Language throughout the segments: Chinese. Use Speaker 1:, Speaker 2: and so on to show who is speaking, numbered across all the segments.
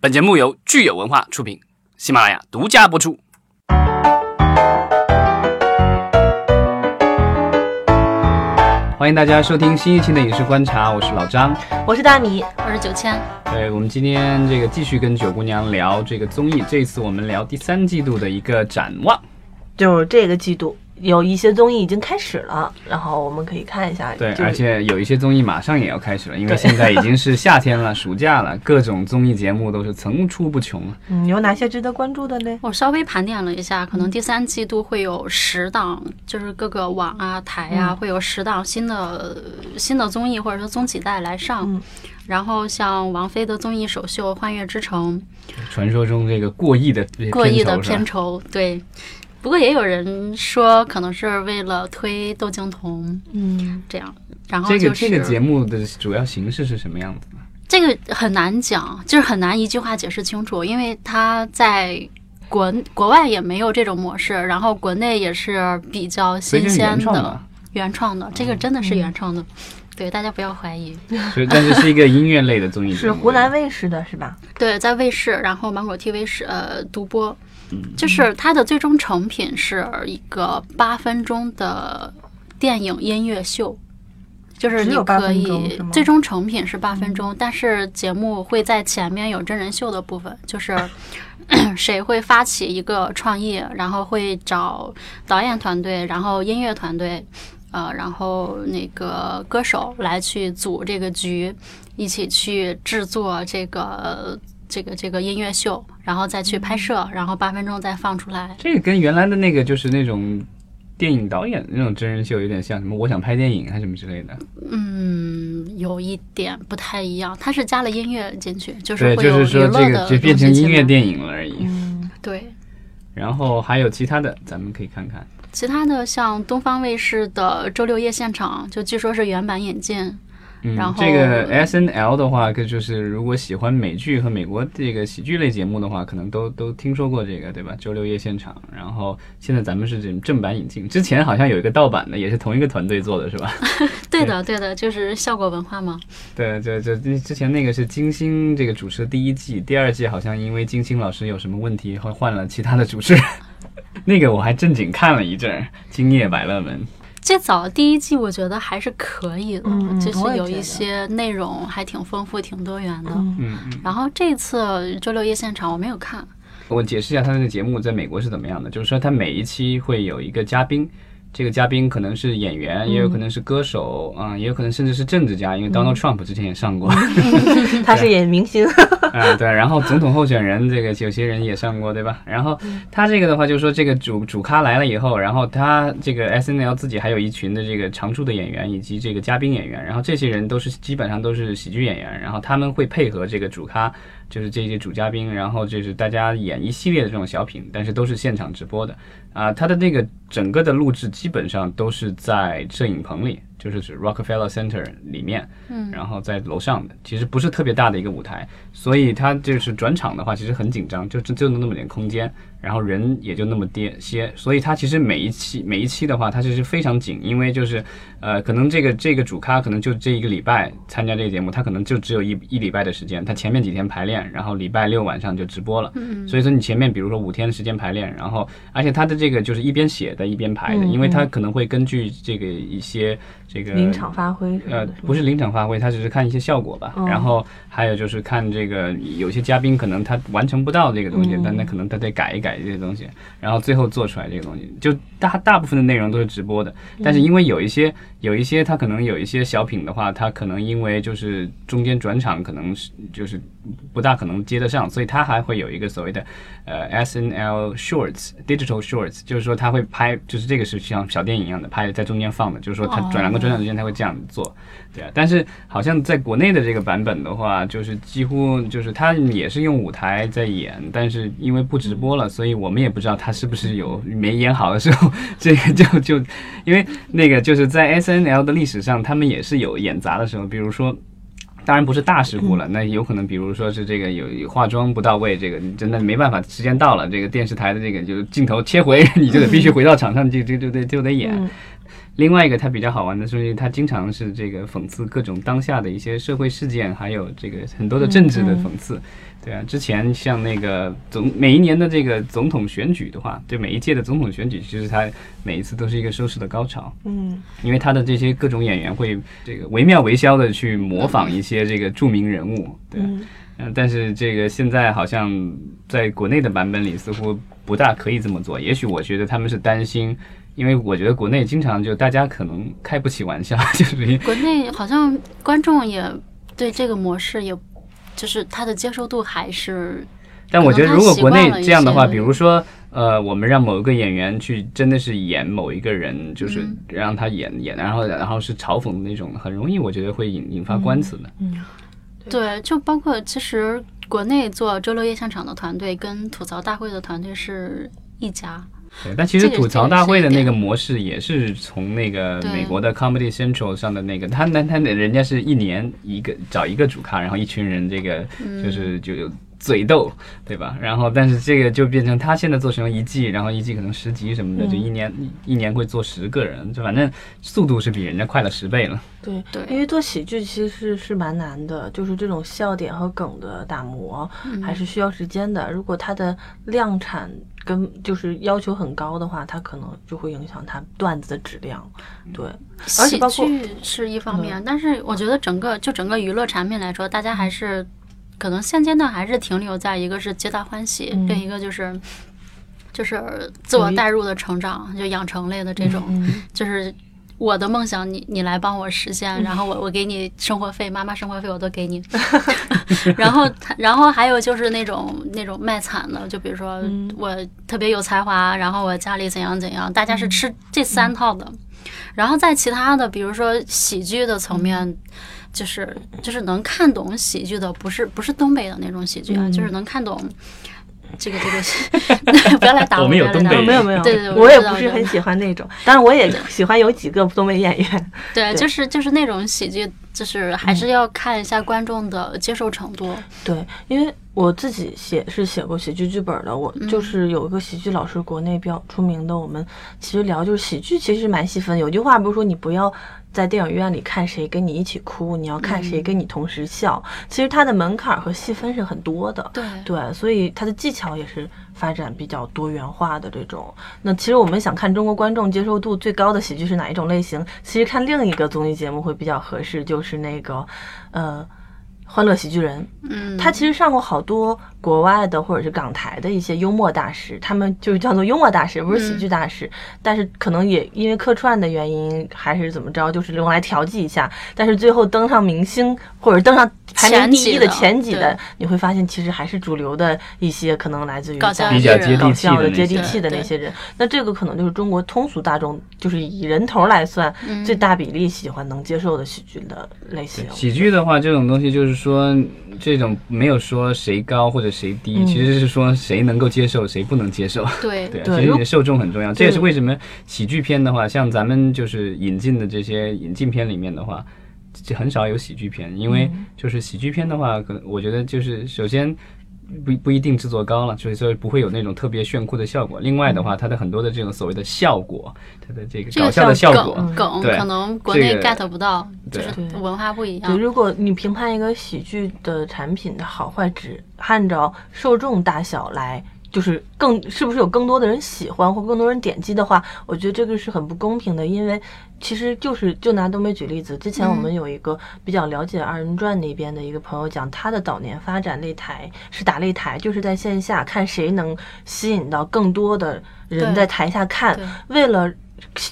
Speaker 1: 本节目由聚友文化出品，喜马拉雅独家播出。欢迎大家收听新一期的《影视观察》，我是老张。
Speaker 2: 我是大米，
Speaker 3: 我是九千，
Speaker 1: 对，我们今天这个继续跟九姑娘聊这个综艺，这次我们聊第三季度的一个展望。
Speaker 2: 就是这个季度有一些综艺已经开始了，然后我们可以看一下。
Speaker 1: 对，
Speaker 2: 就是
Speaker 1: 而且有一些综艺马上也要开始了，因为
Speaker 2: 对
Speaker 1: 现在已经是夏天了，暑假了，各种综艺节目都是层出不穷。
Speaker 2: 嗯，有哪些值得关注的呢？
Speaker 3: 我稍微盘点了一下，可能第三季度会有十档，就是各个网啊、台啊，
Speaker 1: 嗯
Speaker 3: 会有十档新的新的综艺或者说综艺带来上。
Speaker 2: 嗯
Speaker 3: 然后像王菲的综艺首秀《幻乐之城
Speaker 1: 传说中这个过亿的》，
Speaker 3: 过亿的
Speaker 1: 片
Speaker 3: 片
Speaker 1: 酬
Speaker 3: 酬，对。不过也有人说，可能是为了推窦靖童
Speaker 2: 嗯，
Speaker 3: 这样。然后
Speaker 1: 是吧。这
Speaker 3: 就
Speaker 1: 个
Speaker 3: 是
Speaker 1: 这个节目的主要形式是什么样子的？
Speaker 3: 这个很难讲，就是很难一句话解释清楚，因为它在国国外也没有这种模式，然后国内也是比较
Speaker 1: 所以
Speaker 3: 新
Speaker 1: 这是
Speaker 3: 鲜
Speaker 1: 原创
Speaker 3: 的
Speaker 1: 的，嗯
Speaker 3: 原创的，这个真的是原创的，对大家不要怀疑。
Speaker 1: 所以但是是一个音乐类的综 艺节
Speaker 2: 是
Speaker 1: 目。
Speaker 2: 湖南卫视的是吧？
Speaker 3: 对，在卫视，然后芒果 TV 是呃独播，就是它的最终成品是一个八分钟的电影音乐秀，就是
Speaker 2: 只
Speaker 3: 你
Speaker 2: 有8
Speaker 3: 可
Speaker 2: 分钟
Speaker 3: 以
Speaker 2: 是吗
Speaker 3: 最终成品是八分钟，但是节目会在前面有真人秀的部分，就是 谁会发起一个创意，然后会找导演团队，然后音乐团队。呃，然后那个歌手来去组这个局，一起去制作这个这个这个音乐秀，然后再去拍摄，
Speaker 2: 嗯
Speaker 3: 然后八分钟再放出来。
Speaker 1: 这个跟原来的那个就是那种电影导演那种真人秀有点像，什么我想拍电影还啊是什么之类的。
Speaker 3: 嗯，有一点不太一样，它是加了音乐进去，就是
Speaker 1: 对，
Speaker 3: 会
Speaker 1: 就
Speaker 3: 有
Speaker 1: 是说
Speaker 3: 娱
Speaker 1: 这
Speaker 3: 乐
Speaker 1: 个
Speaker 3: 的
Speaker 1: 就变成
Speaker 3: 东西
Speaker 1: 音乐
Speaker 3: 进来
Speaker 1: 电影了而已。
Speaker 2: 嗯，
Speaker 3: 对。
Speaker 1: 然后还有其他的，咱们可以看看。
Speaker 3: 其他的像东方卫视的周六夜现场，就据说是原版引进，
Speaker 1: 嗯
Speaker 3: 然，后
Speaker 1: 这个 S N L 的话，可就是如果喜欢美剧和美国这个喜剧类节目的话，可能都都听说过这个，对吧？周六夜现场，然后现在咱们是这正版引进，之前好像有一个盗版的，也是同一个团队做的，是吧？
Speaker 3: 对的，对的，就是效果文化嘛。
Speaker 1: 对，就就之前那个是金星这个主持的第一季，第二季好像因为金星老师有什么问题，换换了其他的主持人。 那个我还正经看了一阵儿，《今夜百乐门》。
Speaker 3: 最早第一季我觉得还是可以的，
Speaker 2: 嗯
Speaker 3: 就是
Speaker 2: 我也
Speaker 3: 有
Speaker 2: 觉
Speaker 3: 一
Speaker 2: 得
Speaker 3: 些内容还挺丰富、挺多元的。
Speaker 2: 嗯
Speaker 1: 嗯，嗯
Speaker 3: 然后这次周六夜现场我没有看，
Speaker 1: 我解释一下他那个节目在美国是怎么样的，就是说他每一期会有一个嘉宾，这个嘉宾可能是演员，也有可能是歌手，嗯，也有可能甚至是政治家，因为 Donald Trump 之前也上过，
Speaker 2: 他是演明星，
Speaker 1: 啊，对，然后总统候选人这个有些人也上过，对吧？然后他这个的话，就是说这个主主咖来了以后，然后他这个 S N L 自己还有一群的这个常驻的演员以及这个嘉宾演员，然后这些人都是基本上都是喜剧演员，然后他们会配合这个主咖，就是这些主嘉宾，然后就是大家演一系列的这种小品，但是都是现场直播的。啊，他的那个整个的录制基本上都是在摄影棚里，就是指 Rockefeller Center 里面，嗯，然后在楼上的，其实不是特别大的一个舞台，所以他就是转场的话，其实很紧张，就就就那么点空间，然后人也就那么跌些，所以他其实每一期每一期的话，他其实非常紧，因为就是呃，可能这个这个主咖可能就这一个礼拜参加这个节目，他可能就只有一一礼拜的时间，他前面几天排练，然后礼拜六晚上就直播了，
Speaker 2: 嗯
Speaker 1: 所以说你前面比如说五天的时间排练，然后而且他的这个就是一边写的一边排的，因为他可能会根据这个一些这 个
Speaker 2: 嗯临场发挥什么
Speaker 1: 呃
Speaker 2: 的，，哦
Speaker 1: 不是临场发挥，他只是看一些效果吧。然后还有就是看这个有些嘉宾可能他完成不到这个东西，
Speaker 2: 嗯
Speaker 1: 但那可能他得改一改这些东西，然后最后做出来这个东西。就大大部分的内容都是直播的，
Speaker 2: 嗯
Speaker 1: 但是因为有一些有一些他可能有一些小品的话，他可能因为就是中间转场可能是就是不大可能接得上，所以他还会有一个所谓的呃 S N L Shorts Digital Shorts，就是说他会拍，就是这个是像小电影一样的拍，在中间放的，就是说
Speaker 2: 哦
Speaker 1: 他转两个转场之间他会这样做，对啊。但是好像在国内的这个版本的话，就是几乎就是他也是用舞台在演，但是因为不直播了，所以我们也不知道他是不是有没演好的时候，这个就就因为那个就是在 S N L 的历史上，他们也是有演砸的时候，比如说。当然不是大事故了，那有可能，比如说是这个有有化妆不到位，这个真的没办法，时间到了，这个电视台的这个就是镜头切回，你就得必须回到场上，就就就得就得演。另外一个它比较好玩的是，它经常是这个讽刺各种当下的一些社会事件，还有这个很多的政治的讽刺。对啊，之前像那个总每一年的这个总统选举的话，对每一届的总统选举，其实它每一次都是一个收视的高潮。
Speaker 2: 嗯，
Speaker 1: 因为他的这些各种演员会这个惟妙惟肖的去模仿一些这个著名人物，对，嗯、但是这个现在好像在国内的版本里似乎不大可以这么做。也许我觉得他们是担心，因为我觉得国内经常就大家可能开不起玩笑， 就是
Speaker 3: 国内好像观众也对这个模式也，就是他的接受度还是
Speaker 1: 但我觉得，
Speaker 3: 可能
Speaker 1: 如果
Speaker 3: 他习
Speaker 1: 国内
Speaker 3: 惯了一
Speaker 1: 这样的话，
Speaker 3: 些
Speaker 1: 比如说，呃，我们让某一个演员去真的是演某一个人，就是
Speaker 3: 嗯
Speaker 1: 让他演、演，然后然后是嘲讽的那种，很容易我觉得会引引
Speaker 3: 嗯
Speaker 1: 发官司的。
Speaker 3: 对，就包括其实国内做周六夜现场的团队跟吐槽大会的团队是一家，
Speaker 1: 对，但其实
Speaker 3: 这个
Speaker 1: 吐槽
Speaker 3: 这个
Speaker 1: 大
Speaker 3: 是
Speaker 1: 会
Speaker 3: 一
Speaker 1: 的那
Speaker 3: 点
Speaker 1: 个模式也是从那个
Speaker 3: 对
Speaker 1: 美国的 Comedy Central 上的那个，他那他那人家是一年一个找一个主咖，然后一群人这个
Speaker 3: 嗯
Speaker 1: 就是就有嘴斗，对吧？然后但是这个就变成他现在做成一季，然后一季可能十集什么的，就
Speaker 3: 嗯
Speaker 1: 一年一年会做十个人，就反正速度是比人家快了十倍了。
Speaker 2: 对
Speaker 3: 对
Speaker 2: 因为做喜剧其实是是蛮难的，就是这种笑点和梗的打磨、
Speaker 3: 嗯
Speaker 2: 还是需要时间的。如果它的量产跟就是要求很高的话，它可能就会影响它段子的质量。对，而且
Speaker 3: 喜
Speaker 2: 包括嗯
Speaker 3: 剧是一方面，但是我觉得整个就整个娱乐产品来说，大家还是可能现阶段还是停留在一个是皆大欢喜，
Speaker 2: 嗯
Speaker 3: 另一个就是。就是自我
Speaker 2: 有一
Speaker 3: 代入的成长，就养成类的这种，
Speaker 2: 嗯
Speaker 3: 就是我的梦想你，你来帮我实
Speaker 2: 嗯
Speaker 3: 现，然后我我给你生活费，妈妈生活费我都 给你，然后然后还有就是那种那种卖惨的，就比如说
Speaker 2: 嗯
Speaker 3: 我特别有才华，然后我家里怎样怎样，大家
Speaker 2: 嗯
Speaker 3: 是吃这三套的，然后在其他的比如说喜剧的层面。
Speaker 2: 嗯
Speaker 3: 就是就是能看懂喜剧的，不是不是东北的那种喜剧啊，
Speaker 2: 嗯
Speaker 3: 就是能看懂这个 这个，不要来打我，
Speaker 1: 我们有
Speaker 3: 不要来打
Speaker 1: 东北对
Speaker 2: 哦没有没有，
Speaker 3: 对对对
Speaker 2: 我也
Speaker 3: 我知道
Speaker 2: 不是
Speaker 3: 我知道
Speaker 2: 很喜欢那种，当然我也喜欢有几个东北演员。对
Speaker 3: 对，
Speaker 2: 嗯
Speaker 3: 就是就是那种喜剧，就是还是要看一下观众的接受程度。
Speaker 2: 对，因为我自己写是写过喜剧剧本的，我就是有一个喜剧老师，国内比较出名的，我们其实聊就是喜剧其实蛮细分。有句话不是说你不要在电影院里看谁跟你一起哭，你要看谁跟你同时笑。其实它的门槛儿和细分是很多的。
Speaker 3: 对
Speaker 2: 对，所以它的技巧也是发展比较多元化的这种。那其实我们想看中国观众接受度最高的喜剧是哪一种类型？其实看另一个综艺节目会比较合适，就是那个，呃，《欢乐喜剧人》。
Speaker 3: 嗯，
Speaker 2: 他其实上过好多国外的或者是港台的一些幽默大师，他们就叫做幽默大师，不是喜剧大师。但是可能也因为客串的原因，还是怎么着，就是用来调剂一下。但是最后登上明星或者登上排名第一的前
Speaker 3: 前
Speaker 2: 几
Speaker 3: 几的
Speaker 2: 的，你会发现其实还是主流的一些可能来自于
Speaker 3: 搞笑啊
Speaker 2: 在
Speaker 3: 比较接地
Speaker 2: 搞
Speaker 1: 气
Speaker 2: 笑啊
Speaker 1: 的
Speaker 2: 的、
Speaker 1: 那
Speaker 2: 接地
Speaker 1: 些
Speaker 2: 气的
Speaker 3: 对
Speaker 2: 那些人。那这个可能就是中国通俗大众，就是以人头来算，最大比例喜欢能接受的喜剧的类型。
Speaker 1: 喜剧的话，这种东西就是说，这种没有说谁高或者谁低，
Speaker 2: 嗯
Speaker 1: 其实是说谁能够接受，谁不能接受。
Speaker 3: 对
Speaker 1: 对啊，
Speaker 2: 对
Speaker 1: 其实
Speaker 2: 如
Speaker 1: 你的受众很重要，这也是
Speaker 2: 对
Speaker 1: 为什么喜剧片的话，像咱们就是引进的这些引进片里面的话，就很少有喜剧片，因为就是喜剧片的话，可能我觉得就是首先。不不一定制作高了，所以说不会有那种特别炫酷的效果。另外的话，它的很多的这种所谓的效果，它的嗯这个
Speaker 3: 这
Speaker 1: 搞
Speaker 3: 个
Speaker 1: 笑的效
Speaker 3: 叫
Speaker 1: 果，嗯
Speaker 3: 梗梗，
Speaker 1: 对
Speaker 3: 可能国
Speaker 1: 这
Speaker 3: 内
Speaker 1: 个
Speaker 3: get 不到，就
Speaker 1: 对
Speaker 3: 是
Speaker 2: 对
Speaker 3: 文化不一
Speaker 2: 对，
Speaker 3: 样。
Speaker 2: 如果你评判一个喜剧的产品的好坏，只按照受众大小来，就是更是不是有更多的人喜欢或更多人点击的话，我觉得这个是很不公平的，因为其实就是就拿东北举例子，之前我
Speaker 3: 嗯
Speaker 2: 们有一个比较了解二人转那边的一个朋友讲，他的早年发展擂台是打擂台，就是在线下看谁能吸引到更多的人
Speaker 3: 对
Speaker 2: 在台下看
Speaker 3: 对，
Speaker 2: 为了。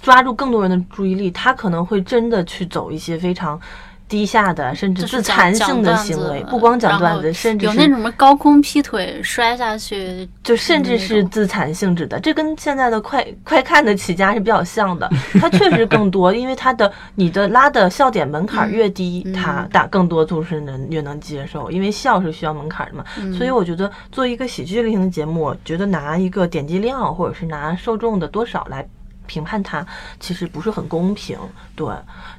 Speaker 2: 抓住更多人的注意力，他可能会真的去走一些非常低下的，甚至
Speaker 3: 就是
Speaker 2: 自
Speaker 3: 讲
Speaker 2: 残
Speaker 3: 讲
Speaker 2: 性的
Speaker 3: 段
Speaker 2: 行
Speaker 3: 子
Speaker 2: 为，不光讲
Speaker 3: 然
Speaker 2: 段
Speaker 3: 后
Speaker 2: 子，甚至
Speaker 3: 有
Speaker 2: 是
Speaker 3: 那种什么高空劈腿摔下去，
Speaker 2: 就甚至是
Speaker 3: 那种
Speaker 2: 自残性质的，这跟现在的快快看的起家是比较像 的。它确实更多，因为它的你的拉的笑点门
Speaker 3: 嗯
Speaker 2: 槛越低，它打更多主持人越能接受，因为笑是需要门槛的嘛。
Speaker 3: 嗯
Speaker 2: 所以我觉得做一个喜剧类型的节目，我觉得拿一个点击量或者是拿受众的多少来评判它，其实不是很公平。对，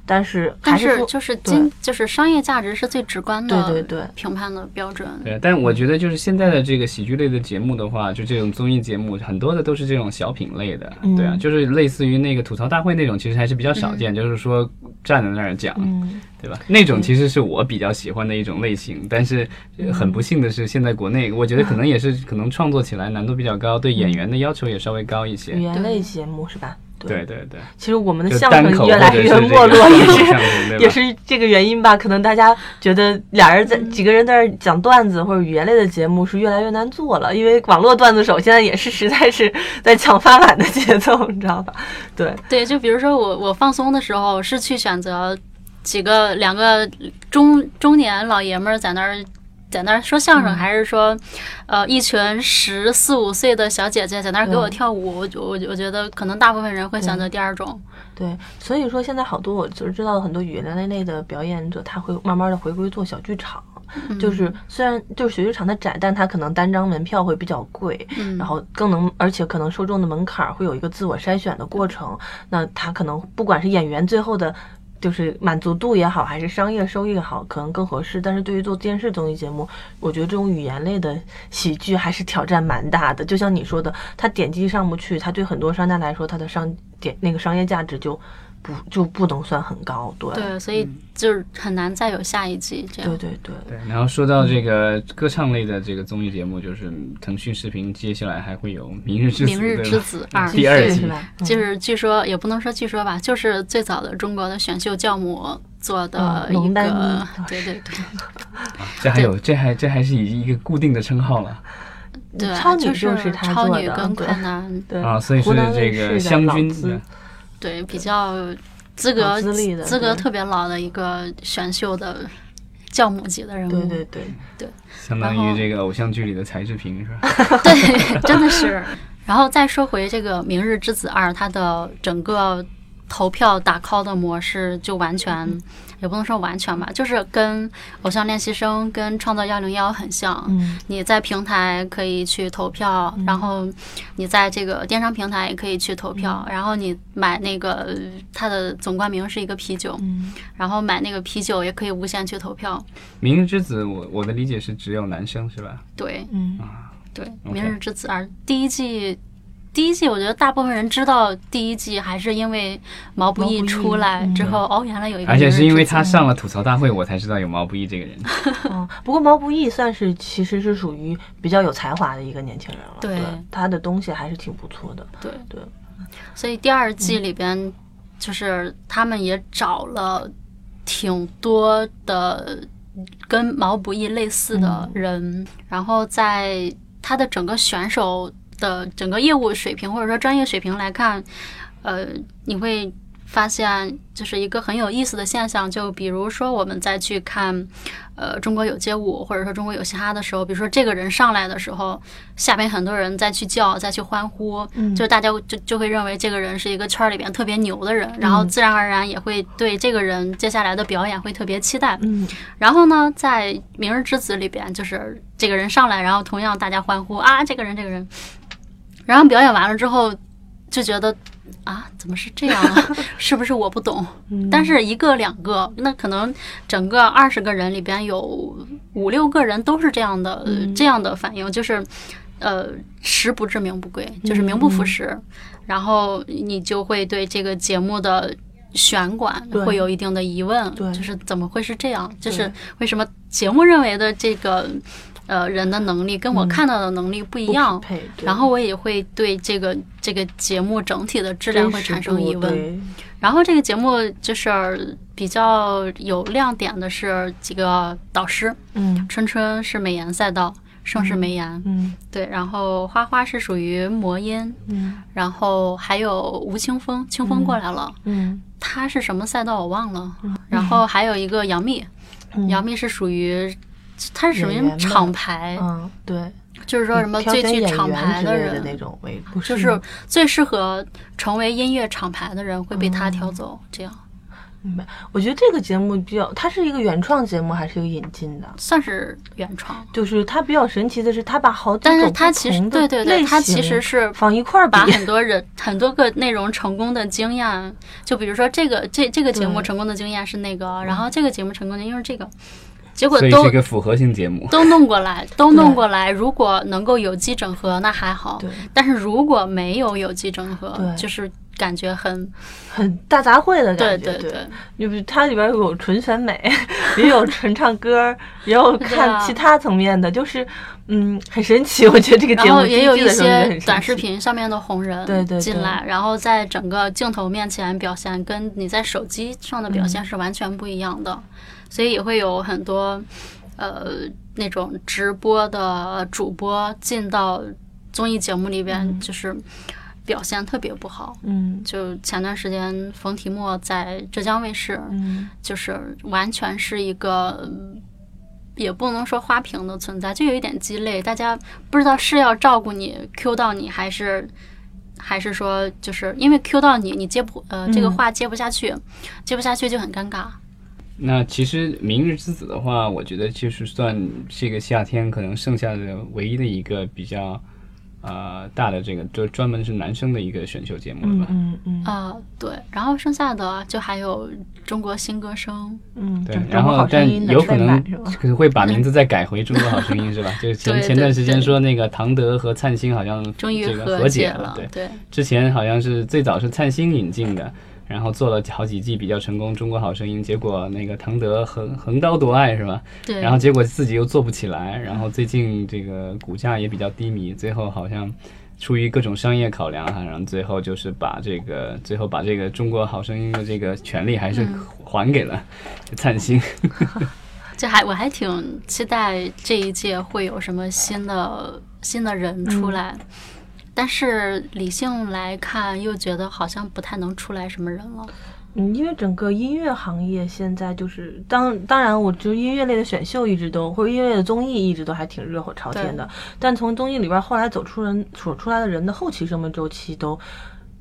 Speaker 2: 但是还
Speaker 3: 但
Speaker 2: 是
Speaker 3: 是
Speaker 2: 说
Speaker 3: 就是
Speaker 2: 对
Speaker 3: 经就是商业价值是最直观的，
Speaker 2: 对对对
Speaker 3: 评判的标准。
Speaker 1: 对，但我觉得就是现在的这个喜剧类的节目的话，就这种综艺节目，很多的都是这种小品类的，对啊，
Speaker 2: 嗯
Speaker 1: 就是类似于那个吐槽大会那种，其实还是比较少见，就是说站在那儿讲，
Speaker 2: 嗯，
Speaker 1: 对吧？那种其实是我比较喜欢的一种类型，但是呃很不幸的是，现在国内我觉得可能也是
Speaker 2: 嗯
Speaker 1: 可能创作起来难度比较高，对演员的要求也稍微高一些
Speaker 2: 语。言类节目是吧？
Speaker 1: 对，对对，
Speaker 2: 其实我们的
Speaker 1: 就
Speaker 2: 嗯相
Speaker 1: 单口
Speaker 2: 声
Speaker 1: 或
Speaker 2: 越来
Speaker 1: 者是
Speaker 2: 越
Speaker 1: 这
Speaker 2: 没
Speaker 1: 个
Speaker 2: 落，也
Speaker 1: 单口
Speaker 2: 是
Speaker 1: 相声 对吧
Speaker 2: 也是这个原因吧。可能大家觉得俩人在几个人在那儿讲段子或者语言类的节目是越来越难做了，因为网络段子手现在也是实在是在抢饭碗的节奏，你知道吧？对，
Speaker 3: 对，就比如说我我放松的时候是去选择几个两个中中年老爷们儿在那儿。在那儿说相
Speaker 2: 嗯
Speaker 3: 声，还是说，呃，一群十四五岁的小姐姐在那儿给我
Speaker 2: 对
Speaker 3: 跳舞，我我我觉得可能大部分人会选
Speaker 2: 嗯
Speaker 3: 择第二种。
Speaker 2: 对，所以说现在好多我就是知道的很多语言类类的表演者，他会慢慢的回归做小剧场，嗯就是虽然就是小剧场的展，但他可能单张门票会比较贵，
Speaker 3: 嗯
Speaker 2: 然后更能而且可能受众的门槛儿会有一个自我筛选的过程，那他可能不管是演员最后的。就是满足度也好，还是商业收益也好，可能更合适。但是对于做电视综艺节目，我觉得这种语言类的喜剧还是挑战蛮大的。就像你说的，它点击上不去，它对很多商家来说，它的商点那个商业价值就不就不能算很高。对
Speaker 3: 对，所
Speaker 1: 嗯
Speaker 3: 以就是很难再有下一季这样。
Speaker 2: 对对对
Speaker 1: 对，然后说到这个歌唱类的这个综艺节目，就是腾讯视频接下来还会有《明日之子》
Speaker 3: 明日之子二
Speaker 1: 对吧第二
Speaker 2: 是
Speaker 1: 季
Speaker 2: 是，吧？嗯
Speaker 3: 就是据说也不能说据说吧，就是最早的中国的选秀教母做的
Speaker 2: 嗯
Speaker 3: 一
Speaker 2: 龙丹妮
Speaker 3: 个
Speaker 2: 老，
Speaker 3: 对对对
Speaker 1: 这还有这还这还是以一个固定的称号了
Speaker 3: 对，
Speaker 2: 超女
Speaker 3: 就
Speaker 2: 就是他
Speaker 3: 超
Speaker 2: 做
Speaker 3: 女
Speaker 2: 的
Speaker 3: 跟
Speaker 2: 对
Speaker 3: 快男，
Speaker 2: 对
Speaker 1: 啊，所以
Speaker 2: 湖
Speaker 1: 是
Speaker 2: 南
Speaker 1: 这
Speaker 2: 卫
Speaker 1: 个
Speaker 2: 视的
Speaker 1: 湘
Speaker 2: 老
Speaker 1: 军
Speaker 2: 资
Speaker 1: 对
Speaker 3: 对比较资格
Speaker 2: 老资历的
Speaker 3: 资格
Speaker 2: 对
Speaker 3: 特别老的一个选秀的教母级的人物，
Speaker 2: 对对对，
Speaker 1: 相当
Speaker 3: 然
Speaker 1: 于
Speaker 3: 后
Speaker 1: 这个偶像剧里的柴智屏是吧？
Speaker 3: 对，真的是。 然后再说回这个《明日之子二》，它的整个投票打 call 的模式就完全，也不能说完全吧，就是跟《偶像练习生》跟《创造幺零幺》很像。
Speaker 2: 嗯
Speaker 3: 你在平台可以去投票，然后你在这个电商平台也可以去投票，然后你买那个呃它的总冠名是一个啤酒，
Speaker 2: 嗯，
Speaker 3: 然后买那个啤酒也可以无限去投票。
Speaker 1: 明日之子，我我的理解是只有男生是吧？
Speaker 3: 对，
Speaker 2: 嗯
Speaker 3: 对，《
Speaker 1: OK
Speaker 3: 明日之子二》第一季，第一季我觉得大部分人知道第一季还是因为毛不易
Speaker 2: 毛不易
Speaker 3: 出来之后，哦，原来有一个
Speaker 1: 而
Speaker 3: 明
Speaker 1: 且
Speaker 3: 日之子，
Speaker 1: 是因为他上了吐槽大会，我才知道有毛不易这个人。
Speaker 2: 嗯，不过毛不易算是其实是属于比较有才华的一个年轻人了，
Speaker 3: 对
Speaker 2: 他的东西还是挺不错的，
Speaker 3: 对
Speaker 2: 对，
Speaker 3: 所以第二季里边就是他们也找了挺多的跟毛不易类似的人，然后在他的整个选手的整个业务水平或者说专业水平来看，呃，你会发现就是一个很有意思的现象，就比如说我们再去看，呃，中国有街舞或者说中国有嘻哈的时候，比如说这个人上来的时候，下面很多人再去叫、再去欢呼，
Speaker 2: 嗯
Speaker 3: 就是大家就就会认为这个人是一个圈儿里边特别牛的人，然后自然而然也会对这个人接下来的表演会特别期待。
Speaker 2: 嗯，
Speaker 3: 然后呢，在《明日之子》里边，就是这个人上来，然后同样大家欢呼啊，这个人，这个人。然后表演完了之后，就觉得啊，怎么是这样啊？ 是不是我不懂？
Speaker 2: 嗯
Speaker 3: 但是一个两个，那可能整个二十个人里边有五六个人都是这样的、
Speaker 2: 嗯
Speaker 3: 这样的反应，就是呃，实不至名不归，就是名
Speaker 2: 嗯
Speaker 3: 不副实。然后你就会对这个节目的选管
Speaker 2: 对
Speaker 3: 会有一定的疑问，
Speaker 2: 对
Speaker 3: 就是怎么会是这样？就
Speaker 2: 对
Speaker 3: 是为什么节目认为的这个呃人的能力跟我看到的能力不一
Speaker 2: 嗯不
Speaker 3: 样
Speaker 2: 匹？配，对
Speaker 3: 然后我也会对这个这个节目整体的质量
Speaker 2: 真
Speaker 3: 会
Speaker 2: 实
Speaker 3: 产生
Speaker 2: 度
Speaker 3: 疑问。
Speaker 2: 对
Speaker 3: 然后这个节目就是比较有亮点的是几个导师，
Speaker 2: 嗯
Speaker 3: 春春是美颜赛道，盛是梅颜，
Speaker 2: 嗯
Speaker 3: 对，然后花花是属于魔音，
Speaker 2: 嗯
Speaker 3: 然后还有吴青峰，青峰过来了，
Speaker 2: 嗯
Speaker 3: 他是什么赛道我忘了。然后还有一个杨幂，
Speaker 2: 嗯
Speaker 3: 杨幂是属于。她是属
Speaker 2: 演员
Speaker 3: 于
Speaker 2: 们
Speaker 3: 厂牌，
Speaker 2: 嗯，对，
Speaker 3: 就是哎说什么
Speaker 2: 挑
Speaker 3: 最
Speaker 2: 选
Speaker 3: 具
Speaker 2: 演
Speaker 3: 厂
Speaker 2: 员
Speaker 3: 牌
Speaker 2: 之
Speaker 3: 的
Speaker 2: 类
Speaker 3: 人，
Speaker 2: 那嗯种为主，嗯
Speaker 3: 就是最适合成为音乐厂牌的人会被他挑走。这样，
Speaker 2: 明白。我觉得这个节目比较，它是一个原创节目还是一个引进的？
Speaker 3: 算是原创。
Speaker 2: 就是它比较神奇的是，它把好几
Speaker 3: 但是
Speaker 2: 种
Speaker 3: 它
Speaker 2: 不
Speaker 3: 其实
Speaker 2: 同的
Speaker 3: 对对对，
Speaker 2: 类
Speaker 3: 它其
Speaker 2: 型
Speaker 3: 实是
Speaker 2: 放一块儿比
Speaker 3: 把，很多人 很多个内容成功的经验，就比如说这个这这个节目
Speaker 2: 对嗯
Speaker 3: 成功的经验是那个，然后这个节目成功的因为这个，结果
Speaker 1: 所以
Speaker 3: 都
Speaker 1: 是一个复合性节目。
Speaker 3: 都弄过来，都弄
Speaker 2: 对
Speaker 3: 过来。如果能够有机整合，那还好
Speaker 2: 对；
Speaker 3: 但是如果没有有机整合
Speaker 2: 对，
Speaker 3: 就是感觉很
Speaker 2: 很大杂烩的
Speaker 3: 对
Speaker 2: 感觉。
Speaker 3: 对，
Speaker 2: 就比它里边有纯选 美，也有纯唱歌，也有
Speaker 3: 对啊
Speaker 2: 看其他层面的，就是嗯，很神奇。我觉得这个节
Speaker 3: 然
Speaker 2: 目
Speaker 3: 后也有
Speaker 2: 第
Speaker 3: 一
Speaker 2: 季的时候觉得很
Speaker 3: 些
Speaker 2: 神奇
Speaker 3: 短视，频上面的红人
Speaker 2: 对对对
Speaker 3: 进来，然后在整个镜头面前表现，跟你在手机上的表
Speaker 2: 嗯
Speaker 3: 现是完全不一样的，所以也会有很多呃那种直播的主播进到综艺节目里边，就是表现特别不好。
Speaker 2: 嗯
Speaker 3: 就前段时间，冯提莫在浙江卫视，
Speaker 2: 嗯，
Speaker 3: 就是完全是一个，嗯也不能说花瓶的存在，就有一点鸡肋。大家不知道是要照顾你 Q 到你，还是还是说就是因为 Q 到你，你接不呃这个
Speaker 2: 嗯
Speaker 3: 话接不下去，接不下去就很尴尬。
Speaker 1: 那其实《明日之子》的话，我觉得就是算这个夏天可能剩下的唯一的一个比较呃大的这个，就专门是男生的一个选秀节目了
Speaker 2: 嗯
Speaker 1: 吧？
Speaker 2: 嗯嗯
Speaker 3: 啊、对。然后剩下的就还有中国新歌声，
Speaker 2: 嗯，
Speaker 1: 对
Speaker 2: 就，中
Speaker 1: 然
Speaker 2: 国
Speaker 1: 后
Speaker 2: 好声
Speaker 1: 但
Speaker 2: 音的
Speaker 1: 有可
Speaker 2: 再
Speaker 1: 能
Speaker 2: 版是吧？
Speaker 1: 可能会把名字再改回《中国好声音》是吧？就是前
Speaker 3: 对
Speaker 1: 前段时间
Speaker 3: 对对
Speaker 1: 说那个唐德和灿星好像
Speaker 3: 终于
Speaker 1: 这个
Speaker 3: 和
Speaker 1: 解
Speaker 3: 了，
Speaker 1: 对，
Speaker 3: 对
Speaker 1: 之前好像是最早是灿星引进的，然后做了好几季比较成功，《中国好声音》，结果那个唐德横横刀夺爱是吧？
Speaker 3: 对。
Speaker 1: 然后结果自己又做不起来，然后最近这个股价也比较低迷，最后好像出于各种商业考量哈，然后最后就是把这个最后把这个中国好声音的这个权利还是还给了灿星。
Speaker 3: 这还我还挺期待这一届会有什么新的新的人出来，
Speaker 1: 嗯
Speaker 3: 但是理性来看，又觉得好像不太能出来什么人了。
Speaker 2: 嗯，因为整个音乐行业现在就是当当然，我觉得音乐类的选秀一直都或者音乐类的综艺一直都还挺热火朝天的，但从综艺里边后来走出人所出来的人的后期生命周期都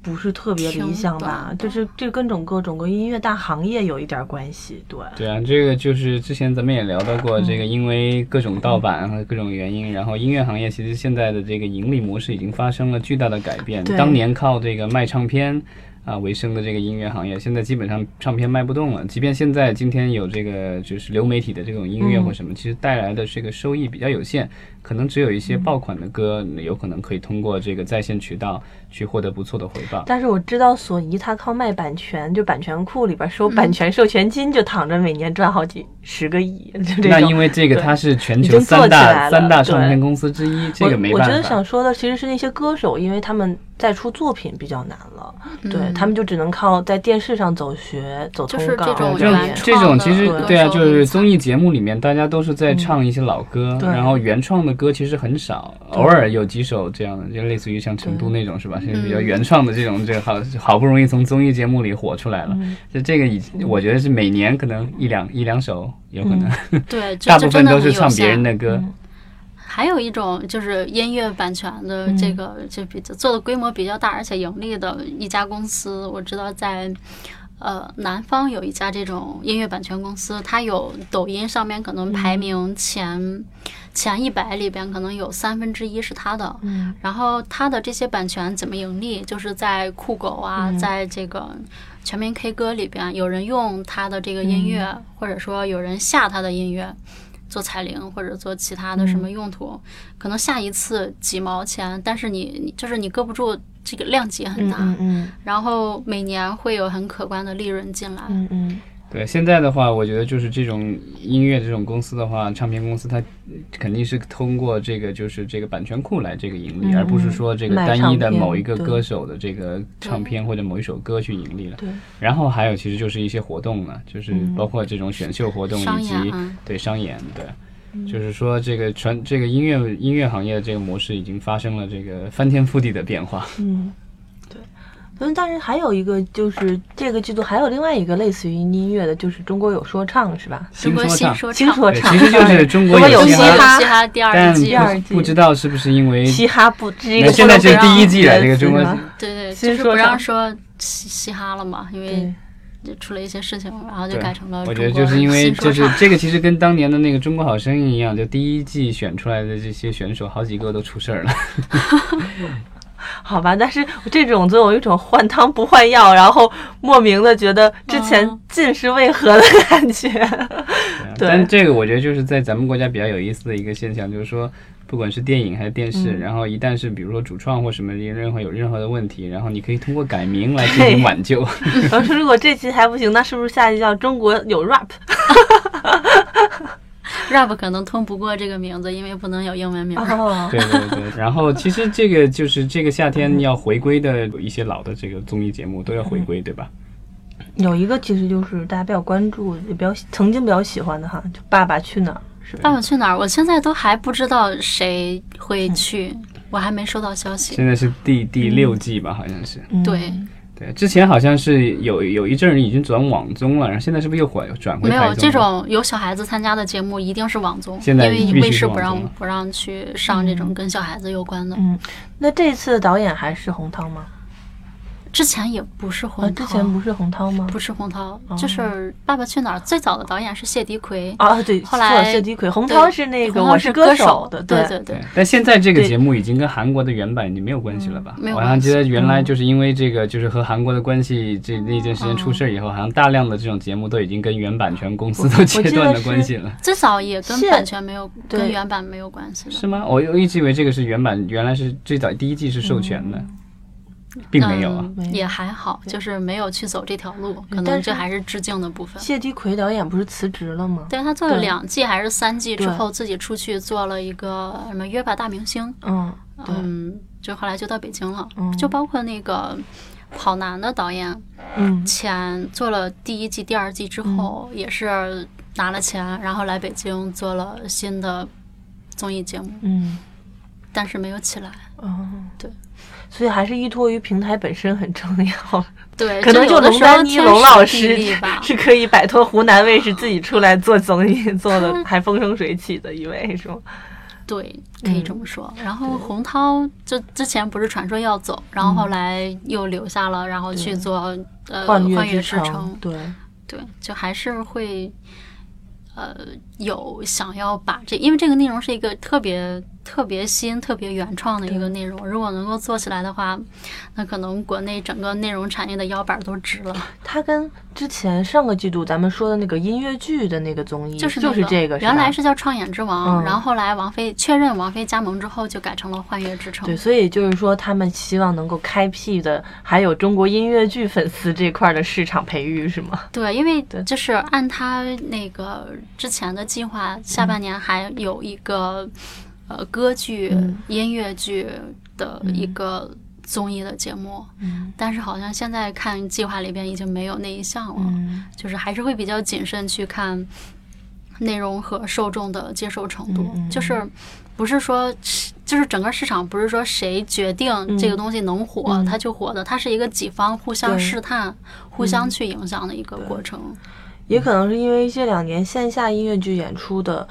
Speaker 2: 不是特别理
Speaker 3: 挺
Speaker 2: 想
Speaker 3: 短
Speaker 2: 吧，
Speaker 3: 的
Speaker 2: 就是这跟整个整个音乐大行业有一点关系，对，
Speaker 1: 对啊，这个就是之前咱们也聊到
Speaker 2: 嗯
Speaker 1: 过，这个因为各种盗版和各种原因，然后音乐行业其实现在的这个盈利模式已经发生了巨大的改变。
Speaker 2: 对
Speaker 1: 当年靠这个卖唱片啊为生的这个音乐行业，现在基本上唱片卖不动了。即便现在今天有这个就是流媒体的这种音乐
Speaker 2: 嗯
Speaker 1: 或什么，其实带来的这个收益比较有限，可能只有一些
Speaker 2: 嗯
Speaker 1: 爆款的歌，有可能可以通过这个在线渠道去获得不错的回报。
Speaker 2: 但是我知道索尼它靠卖版权，就版权库里边收版权授权金，就躺着每年赚好几十个亿，就这
Speaker 1: 那
Speaker 2: 种
Speaker 1: 因。为这个
Speaker 2: 对
Speaker 1: 它是全
Speaker 2: 已
Speaker 1: 球
Speaker 2: 经做
Speaker 1: 三
Speaker 2: 起
Speaker 1: 大
Speaker 2: 来了
Speaker 1: 三大唱
Speaker 2: 对
Speaker 1: 片公司之一，这个没
Speaker 2: 我
Speaker 1: 办
Speaker 2: 我
Speaker 1: 法。
Speaker 2: 觉得想说的其实是那些歌手，因为他们在出作品比较难了，对他们就只能靠在电视上走学、走
Speaker 3: 嗯就
Speaker 2: 通
Speaker 3: 是
Speaker 2: 告。
Speaker 3: 这种
Speaker 1: 这种
Speaker 3: 原
Speaker 1: 这
Speaker 3: 创
Speaker 1: 种
Speaker 3: 的
Speaker 1: 其实
Speaker 2: 歌
Speaker 1: 对啊，
Speaker 3: 手
Speaker 1: 就是
Speaker 3: 很
Speaker 1: 综艺节目里面大家都是
Speaker 3: 嗯
Speaker 1: 在唱一些老歌，
Speaker 2: 对
Speaker 1: 然后原创的歌其实很少，偶尔有几首这样的，就类似于像成都那种是吧？就是
Speaker 3: 嗯
Speaker 1: 比较原创的这种，这个好好不容易从综艺节目里火出来了，
Speaker 3: 嗯
Speaker 1: 就这个已我觉得是每年可能一两一两首有可能，
Speaker 3: 对，嗯 就
Speaker 1: 大
Speaker 3: 就
Speaker 1: 部分
Speaker 3: 真的
Speaker 1: 都
Speaker 3: 很
Speaker 1: 是
Speaker 3: 有嗯
Speaker 1: 唱别人
Speaker 3: 限。
Speaker 1: 的歌。
Speaker 3: 还有一种就是音乐版权的
Speaker 1: 嗯
Speaker 3: 这个、就比较做的规模比较大，而且盈利的一家公司，我知道在。呃，南方有一家这种音乐版权公司，它有抖音上面可能
Speaker 1: 嗯
Speaker 3: 排名前、前一百里边，可能有三分之一是它的。
Speaker 2: 嗯
Speaker 3: 然后它的这些版权怎么盈利，就是在酷狗啊，
Speaker 2: 嗯
Speaker 3: 在这个全民 K 歌里边，有人用它的这个音乐，
Speaker 2: 嗯
Speaker 3: 或者说有人下它的音乐。做彩铃或者做其他的
Speaker 2: 嗯
Speaker 3: 什么用途，可能下一次几毛钱，但是你你就是你搁不住这个量级很
Speaker 2: 嗯
Speaker 3: 大，
Speaker 2: 嗯嗯
Speaker 3: 然后每年会有很可观的利润进来。
Speaker 2: 嗯嗯，
Speaker 1: 对，现在的话，我觉得就是这种音乐这种公司的话，唱片公司它肯定是通过这个就是这个版权库来这个盈利，
Speaker 2: 嗯
Speaker 1: 而不是说这个
Speaker 2: 卖
Speaker 1: 单一的
Speaker 2: 唱片
Speaker 1: 某一个
Speaker 2: 对
Speaker 1: 歌手的这个唱片或者某一首歌去盈利了。
Speaker 2: 对，
Speaker 1: 然后还有其实就是一些活动了，就是
Speaker 2: 嗯
Speaker 1: 包括这种选秀活动
Speaker 3: 商
Speaker 1: 以及
Speaker 3: 演啊
Speaker 1: 对商演，对，
Speaker 2: 嗯
Speaker 1: 就是说这个传这个音乐音乐行业的这个模式已经发生了这个翻天覆地的变化。
Speaker 2: 嗯对。嗯，但是还有一个就是这个剧组还有另外一个类似于音乐的，就是中国有说唱是吧？
Speaker 3: 中国
Speaker 1: 说
Speaker 3: 新
Speaker 1: 唱，
Speaker 3: 说
Speaker 2: 新说
Speaker 1: 对
Speaker 2: 唱
Speaker 1: 其实就是中国
Speaker 2: 中国
Speaker 1: 有
Speaker 2: 有
Speaker 1: 嘻
Speaker 2: 嘻
Speaker 1: 哈，
Speaker 2: 哈嗯
Speaker 3: 嘻哈第二
Speaker 1: 但
Speaker 3: 季，
Speaker 2: 第二
Speaker 1: 不
Speaker 2: 季
Speaker 1: 不知道是不是因为
Speaker 2: 嘻哈不是一
Speaker 1: 那
Speaker 2: 个
Speaker 1: 现在
Speaker 2: 不能
Speaker 1: 这
Speaker 2: 不
Speaker 1: 第一
Speaker 2: 让
Speaker 1: 季了，
Speaker 2: 的
Speaker 1: 这个中
Speaker 2: 词
Speaker 1: 国
Speaker 2: 吧
Speaker 3: 对对，
Speaker 2: 新
Speaker 3: 就是不
Speaker 2: 说唱
Speaker 3: 让说嘻嘻哈了嘛，因为
Speaker 2: 对
Speaker 3: 出了一些事情，
Speaker 2: 嗯
Speaker 3: 然后就
Speaker 1: 对
Speaker 3: 改成了
Speaker 1: 我
Speaker 3: 中
Speaker 1: 觉得
Speaker 3: 国
Speaker 1: 就是因为
Speaker 3: 新
Speaker 1: 就
Speaker 3: 说
Speaker 1: 是
Speaker 3: 唱
Speaker 1: 这个，其实跟当年的那个《中国好声音》一样，就第一季选出来的这些选手，好几个都出事儿了。
Speaker 2: 好吧，但是这种总有一种换汤不换药，然后莫名的觉得之前
Speaker 3: 嗯
Speaker 2: 尽是为何的感觉。对
Speaker 1: 但这个我觉得就是在咱们国家比较有意思的一个现象，就是说，不管是电影还是电视，
Speaker 2: 嗯
Speaker 1: 然后一旦是比如说主创或什么任何有任何的问题，然后你可以通过改名来进行挽救。
Speaker 2: 然后说如果这期还不行，那是不是下一期叫中国有 rap？
Speaker 3: rap 可能通不过这个名字，因为不能有英文名。
Speaker 2: 哦，
Speaker 1: 对对对，然后其实这个就是这个夏天要回归的一些老的这个综艺节目都要回归，对吧？
Speaker 3: 嗯
Speaker 2: 有一个其实就是大家比较关注、也比较曾经比较喜欢的哈，就《爸爸去哪儿》是
Speaker 3: 爸
Speaker 2: 吧？
Speaker 3: 爸去哪儿？我现在都还不知道谁会
Speaker 2: 嗯
Speaker 3: 去，我还没收到消息。
Speaker 1: 现在是第第六季吧，好像是。
Speaker 2: 嗯
Speaker 3: 对，
Speaker 1: 对，之前好像是有有一阵儿已经转网综了，然后现在是不是又回转回
Speaker 3: 没有
Speaker 1: 台综
Speaker 3: 这
Speaker 1: 了
Speaker 3: 种有小孩子参加的节目，一定是网综，
Speaker 1: 现在必须
Speaker 3: 因为卫视
Speaker 1: 是网
Speaker 3: 不让
Speaker 1: 综了
Speaker 3: 不让去上这种跟小孩子有关的。
Speaker 2: 嗯，那这次的导演还是洪涛吗？
Speaker 3: 之前也不是
Speaker 2: 啊，
Speaker 3: 洪涛，
Speaker 2: 之前不是洪涛吗？
Speaker 3: 不是洪涛，就是《爸爸去哪儿》最早的导演是谢迪奎，
Speaker 2: 啊，对，
Speaker 3: 后来
Speaker 2: 是谢迪奎，洪
Speaker 3: 对
Speaker 2: 涛是那个《
Speaker 3: 洪涛
Speaker 2: 我
Speaker 3: 是
Speaker 2: 歌
Speaker 3: 歌
Speaker 2: 手》的，
Speaker 3: 对对
Speaker 1: 对
Speaker 3: 对，，
Speaker 1: 但现在这个
Speaker 2: 对
Speaker 1: 节目已经跟韩国的原版已经没有关系了吧？
Speaker 3: 没有
Speaker 1: 我好像
Speaker 3: 关系
Speaker 1: 记得原来就是因为这个，就是和韩国的关系这那件事情出事儿以后，好像大量的这种节目都已经跟原版权公
Speaker 3: 哦
Speaker 1: 司都
Speaker 2: 我
Speaker 1: 切
Speaker 2: 记得
Speaker 1: 断了
Speaker 2: 是
Speaker 1: 关系了，
Speaker 3: 最早也跟
Speaker 2: 谢
Speaker 3: 版权没有
Speaker 2: 对
Speaker 3: 跟原版没有关系的。
Speaker 1: 是吗？我我一直以为这个是原版，原来是最早第一季是授权的，并没有啊。
Speaker 2: 没有
Speaker 3: 嗯，也还好，就是没有去走这条路，
Speaker 2: 对
Speaker 3: 可
Speaker 2: 但
Speaker 3: 能
Speaker 2: 是
Speaker 3: 这还是致敬的部分。
Speaker 2: 谢迪奎导演不是辞职了吗？
Speaker 3: 对他做了
Speaker 2: 对
Speaker 3: 两季还是三季之
Speaker 2: 对
Speaker 3: 后，自己出去做了一个什么约吧大明星，
Speaker 2: 嗯，对，
Speaker 3: 嗯，就后来就到北京了，
Speaker 2: 嗯
Speaker 3: 就包括那个《跑男》的导演，
Speaker 2: 嗯，
Speaker 3: 前做了第一季、第二季之后，也是拿了钱，然后来北京做了新的综艺节目，
Speaker 2: 嗯，
Speaker 3: 但是没有起来。
Speaker 2: 哦，
Speaker 3: 对，
Speaker 2: 所以还是依托于平台本身很重要。
Speaker 3: 对，
Speaker 2: 可能
Speaker 3: 这
Speaker 2: 就
Speaker 3: 有的
Speaker 2: 龙
Speaker 3: 时候
Speaker 2: 丹妮、
Speaker 3: 天
Speaker 2: 龙老
Speaker 3: 时地利
Speaker 2: 师。
Speaker 3: 吧哦
Speaker 2: 是可以摆脱湖南卫视自己出来做综 艺，做的还风生水起的一位，是吗？
Speaker 3: 对，可以这么说。
Speaker 2: 嗯
Speaker 3: 然后洪涛就之前不是传说要走，然后后来又留下了，然后去做呃
Speaker 2: 幻
Speaker 3: 幻
Speaker 2: 之
Speaker 3: 乐之城。
Speaker 2: 对，
Speaker 3: 对，就还是会呃有想要把这，因为这个内容是一个特别特别新、特别原创的一个内容。如果能够做起来的话，那可能国内整个内容产业的腰板都直了。
Speaker 2: 他跟之前上个季度咱们说的那个音乐剧的那个综艺，
Speaker 3: 就是、
Speaker 2: 就
Speaker 3: 那个、
Speaker 2: 是这个，
Speaker 3: 原来
Speaker 2: 是
Speaker 3: 是叫《创演之王》
Speaker 2: 嗯
Speaker 3: 然后后来王菲确认王菲加盟之后，就改成了《幻乐之
Speaker 2: 吧
Speaker 3: 城
Speaker 2: 对，》。所以就是说他们希望能够开辟的，还有中国音乐剧粉丝这块的市场培育，是吗？
Speaker 3: 对，因为
Speaker 2: 对
Speaker 3: 就是按他那个之前的计划，下半年还有一个、呃歌剧、
Speaker 2: 嗯
Speaker 3: 音乐剧的
Speaker 2: 嗯
Speaker 3: 一个综艺的节目，
Speaker 2: 嗯
Speaker 3: 但是好像现在看计划里边已经没有那一项了，
Speaker 2: 嗯。
Speaker 3: 就是还是会比较谨慎去看内容和受众的接受程度，
Speaker 2: 嗯嗯
Speaker 3: 就是。不是说，就是整个市场不是说谁决定这个东西能火，
Speaker 2: 嗯
Speaker 3: 它就火的，它是一个几方互相
Speaker 2: 对嗯
Speaker 3: 试探、互相去影响的一个过程。
Speaker 2: 也可能是因为这两年线下音乐剧演出的，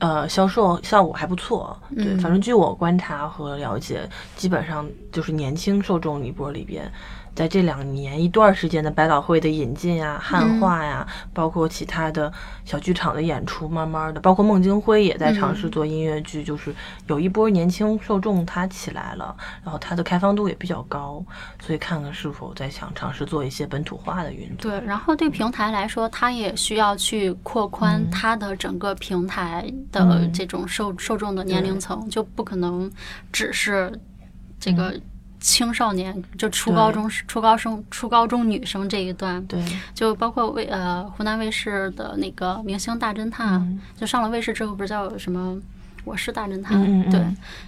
Speaker 2: 呃，销售效果还不错。对，
Speaker 3: 嗯
Speaker 2: 反正据我观察和了解，基本上就是年轻受众一波里边，在这两年一段时间的百老汇的引进呀、汉化呀，包括其他的小剧场的演出，慢慢的，包括孟京辉也在尝试做音乐剧，就是有一波年轻受众他起来了，然后他的开放度也比较高，所以看看是否在想尝试做一些本土化的运作。
Speaker 3: 对，然后对平台来说，它也需要去扩宽
Speaker 2: 嗯
Speaker 3: 它的整个平台的
Speaker 2: 嗯
Speaker 3: 这种受、受众的年龄层，就不可能只是这个青少年，就初
Speaker 2: 嗯对
Speaker 3: 高中、初高生、初高中女生这一段，
Speaker 2: 对，
Speaker 3: 就包括卫呃湖南卫视的那个《明星大侦探》
Speaker 2: 嗯
Speaker 3: 就上了卫视之后，不是叫什么《我是大侦探》
Speaker 2: 嗯嗯嗯
Speaker 3: 对，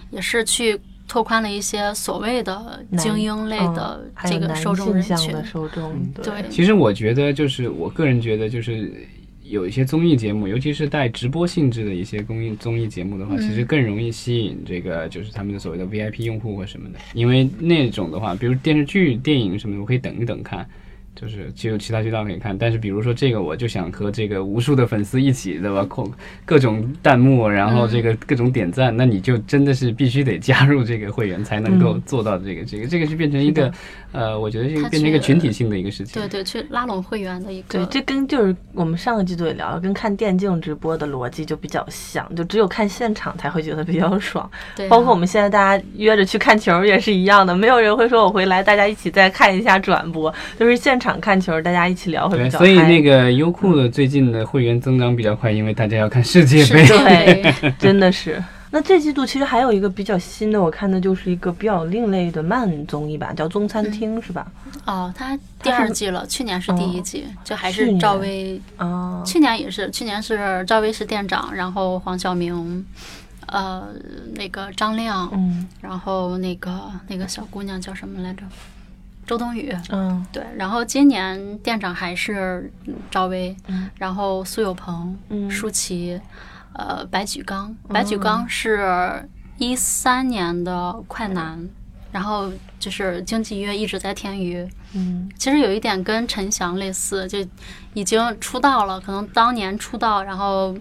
Speaker 3: 也是去拓宽了一些所谓的
Speaker 2: 男
Speaker 3: 精英类
Speaker 2: 嗯
Speaker 3: 的
Speaker 2: 还
Speaker 3: 这
Speaker 2: 有
Speaker 3: 个
Speaker 2: 男
Speaker 3: 受众
Speaker 2: 性
Speaker 3: 人
Speaker 2: 向
Speaker 3: 群，
Speaker 2: 的受众，嗯对，
Speaker 3: 对。
Speaker 1: 其实我觉得，就是我个人觉得，就是有一些综艺节目，尤其是带直播性质的一些公益综艺节目的话，
Speaker 3: 嗯
Speaker 1: 其实更容易吸引这个就是他们的所谓的 VIP 用户或什么的，因为那种的话，比如电视剧、电影什么的，我可以等一等看。就是只有其他渠道可以看，但是比如说这个，我就想和这个无数的粉丝一起， 对吧？控各种弹幕，然后这个
Speaker 3: 嗯
Speaker 1: 各种点赞，那你就真的是必须得加入这个会员才能
Speaker 3: 嗯
Speaker 1: 够做到这个，这个这个是变成一个呃，我觉得这个
Speaker 3: 它
Speaker 1: 变成一个
Speaker 3: 是
Speaker 1: 群体性的一个事情。
Speaker 3: 对对，去拉拢会员的一
Speaker 2: 对，
Speaker 3: 个，
Speaker 2: 这跟就是我们上个季度也聊了，跟看电竞直播的逻辑就比较像，就只有看现场才会觉得比较爽。
Speaker 3: 对啊
Speaker 2: 包括我们现在大家约着去看球也是一样的，没有人会说我回来，大家一起再看一下转播，就是现场看球，大家一起聊会比
Speaker 1: 对，
Speaker 2: 较
Speaker 1: 所以
Speaker 2: 嗨
Speaker 1: 那个优酷的最近的会员增长比较快，因为大家要看世界杯
Speaker 3: 嗯是。对，
Speaker 2: 真的是。那这季度其实还有一个比较新的，我看的就是一个比较另类的慢综艺吧，叫《中餐厅》是吧？
Speaker 3: 哦，它第
Speaker 2: 它是
Speaker 3: 二季了，去年是第一
Speaker 2: 哦
Speaker 3: 季，就还
Speaker 2: 去
Speaker 3: 是
Speaker 2: 年
Speaker 3: 赵薇，
Speaker 2: 啊，
Speaker 3: 去年也是，去年是赵薇是店长，然后黄晓明，呃，那个张亮，
Speaker 2: 嗯
Speaker 3: 然后那个那个小姑娘叫什么来着？周冬雨。
Speaker 2: 嗯，
Speaker 3: 对，然后今年店长还是嗯赵薇，
Speaker 2: 嗯
Speaker 3: 然后苏有朋、
Speaker 2: 嗯哦
Speaker 3: 舒淇，呃，白举纲，白举纲是一三年的快男，然后就是经纪约一直在天娱，
Speaker 2: 嗯，
Speaker 3: 其实有一点跟陈翔类似，就已经出道了，可能当年出道，然后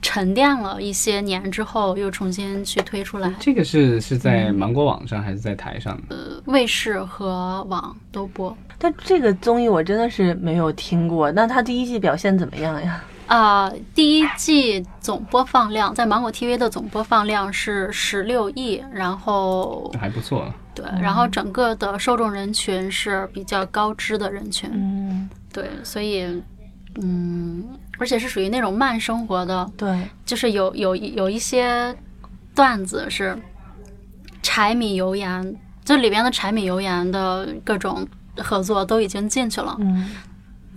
Speaker 3: 沉淀了一些年之后，又重新去推出来。
Speaker 1: 这个是是在
Speaker 3: 嗯
Speaker 1: 芒果网上还是在台上的？
Speaker 3: 呃，卫视和网都播
Speaker 2: 但这个综艺我真的是没有听过，那它第一季表现怎么样呀？
Speaker 3: 啊、第一季总播放量在芒果 TV 的总播放量是十六亿，然后
Speaker 1: 还不错了。
Speaker 3: 对，然后整个的受众人群是比较高知的人群，
Speaker 2: 嗯，
Speaker 3: 对，所以嗯，而且是属于那种慢生活的，
Speaker 2: 对，
Speaker 3: 就是有有有一些段子是柴米油盐，这里边的柴米油盐的各种合作都已经进去了，
Speaker 2: 嗯，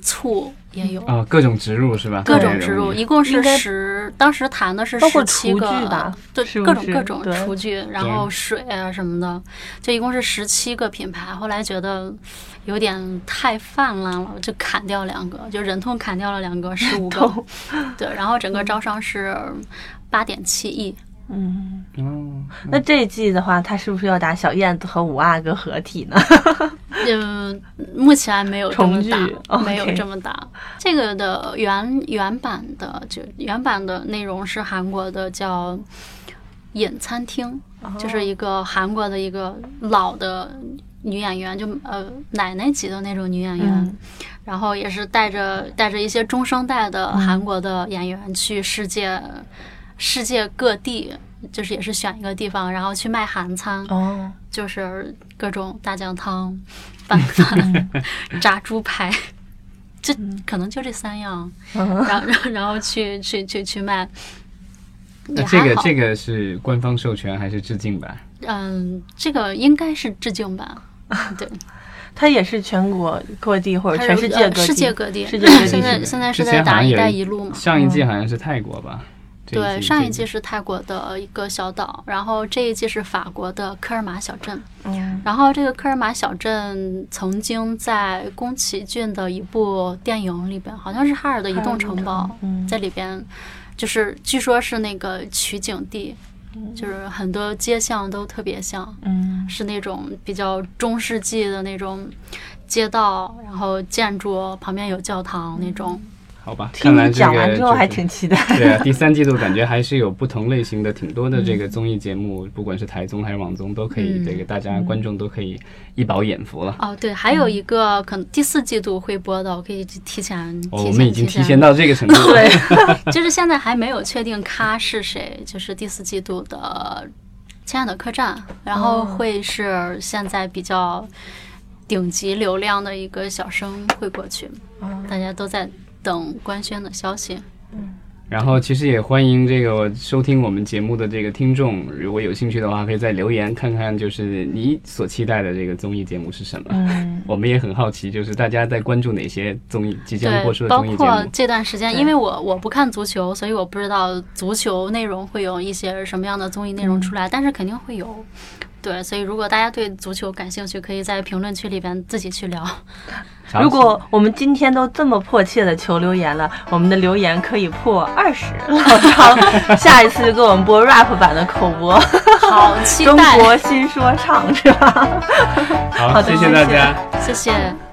Speaker 3: 醋也有。
Speaker 1: 啊，各种植入是吧？
Speaker 3: 各种植入，
Speaker 1: 对
Speaker 3: 一共
Speaker 2: 应
Speaker 3: 是
Speaker 2: 该
Speaker 3: 十，当时谈的是
Speaker 2: 包括
Speaker 3: 十七个
Speaker 2: 厨具吧，
Speaker 3: 对，
Speaker 2: 是不
Speaker 3: 各种
Speaker 2: 是
Speaker 3: 各种
Speaker 2: 对
Speaker 3: 厨具，然
Speaker 1: 对
Speaker 3: 后水啊什么的，就一共是十七个品牌。后来觉得有点太泛滥了，就砍掉两个，就忍痛砍掉了两个，十 五个，对，然后整个招商是八点七亿，
Speaker 2: 嗯。
Speaker 1: 哦，
Speaker 2: 那这一季的话，他是不是要打小燕子和五阿哥合体 呢？
Speaker 3: 嗯，目前没有这么
Speaker 2: 重聚
Speaker 3: 大，
Speaker 2: ，OK
Speaker 3: 没有这么大。这个的原原版的就原版的内容是韩国的叫“饮餐厅”，
Speaker 2: 哦
Speaker 3: 就是一个韩国的一个老的女演员，就呃奶奶级的那种女演员，
Speaker 2: 嗯
Speaker 3: 然后也是带着带着一些中生代的
Speaker 2: 嗯
Speaker 3: 韩国的演员去世界、世界各地。就是也是选一个地方，然后去卖韩 餐，
Speaker 2: 哦，
Speaker 3: 就是各种大酱汤、 拌饭、 炸猪排，这可能就这三样，
Speaker 2: 嗯
Speaker 3: 然后然后然后去去去去卖。
Speaker 1: 那
Speaker 3: 也
Speaker 1: 这
Speaker 3: 还
Speaker 1: 个
Speaker 3: 好，
Speaker 1: 这个是官方授权还是致敬版？
Speaker 3: 嗯，这个应该是致敬版，对，
Speaker 2: 他也是全国各地或者
Speaker 3: 它
Speaker 2: 全
Speaker 3: 是
Speaker 2: 世界
Speaker 3: 呃
Speaker 2: 各地，
Speaker 3: 世界各地。
Speaker 2: 世界各地
Speaker 3: 现
Speaker 2: 是
Speaker 3: 在
Speaker 2: 吧
Speaker 3: 现在
Speaker 1: 之
Speaker 3: 是
Speaker 1: 前
Speaker 3: 在
Speaker 1: 好
Speaker 3: 打“
Speaker 1: 像
Speaker 3: 一
Speaker 1: 有
Speaker 3: 带
Speaker 1: 一
Speaker 3: 一路”嘛，
Speaker 1: 上一季好像是泰国吧？这
Speaker 3: 嗯对，上一季
Speaker 1: 这
Speaker 3: 是泰国的一个小岛，然后这一季是法国的科尔玛小镇。
Speaker 2: 嗯
Speaker 3: 然后这个科尔玛小镇曾经在宫崎骏的一部电影里边，好像是哈尔的移动城堡，
Speaker 2: 嗯
Speaker 3: 在里边就是据说是那个取景地，就是很多街巷都特别像，
Speaker 2: 嗯
Speaker 3: 是那种比较中世纪的那种街道，然后建筑旁边有教堂那种。
Speaker 2: 嗯
Speaker 1: 好吧，看
Speaker 2: 听
Speaker 1: 来
Speaker 2: 你
Speaker 1: 这
Speaker 2: 讲完
Speaker 1: 个
Speaker 2: 之后
Speaker 1: 就是
Speaker 2: 还挺期待。
Speaker 1: 对啊，第三季度感觉还是有不同类型的挺多的这个综艺节目，不管是台综还是网综，都可以
Speaker 3: 嗯
Speaker 1: 这个大家观众都可以一饱眼福了。
Speaker 3: 哦，对，还有一个可能第四季度会播的，我可以提前提
Speaker 1: 哦，我
Speaker 3: 前
Speaker 1: 们已经提
Speaker 3: 前
Speaker 1: 前到这个程度了。
Speaker 2: 对，
Speaker 3: 就是现在还没有确定咖是谁，就是第四季度的《亲爱的客栈》，然后
Speaker 1: 哦
Speaker 3: 会是现在比较顶级流量的一个小生会过去，大家都在等官宣的消息。
Speaker 1: 然后其实也欢迎这个收听我们节目的这个听众，如果有兴趣的话，可以在留言看看，就是你所期待的这个综艺节目是什么。
Speaker 2: 嗯
Speaker 1: 我们也很好奇，就是大家在关注哪些综艺即将播出
Speaker 3: 对，
Speaker 1: 的
Speaker 3: 包
Speaker 1: 综艺节
Speaker 3: 括
Speaker 1: 目。
Speaker 3: 这段时间，
Speaker 2: 对
Speaker 3: 因为我我不看足球，所以我不知道足球内容会有一些什么样的综艺内容
Speaker 1: 嗯
Speaker 3: 出来，但是肯定会有。对，所以如果大家对足球感兴趣，可以在评论区里边自己去聊。
Speaker 1: 好
Speaker 2: 如果我们今天都这么迫切的求留言了，我们的留言可以破二十，老张 下一次就给我们播 rap 版的口播，
Speaker 3: 好期
Speaker 2: 中
Speaker 3: 待，
Speaker 2: 国新说唱是吧？
Speaker 1: 好，
Speaker 2: 好的
Speaker 1: 谢谢大
Speaker 2: 谢谢
Speaker 1: 家。
Speaker 3: 谢谢。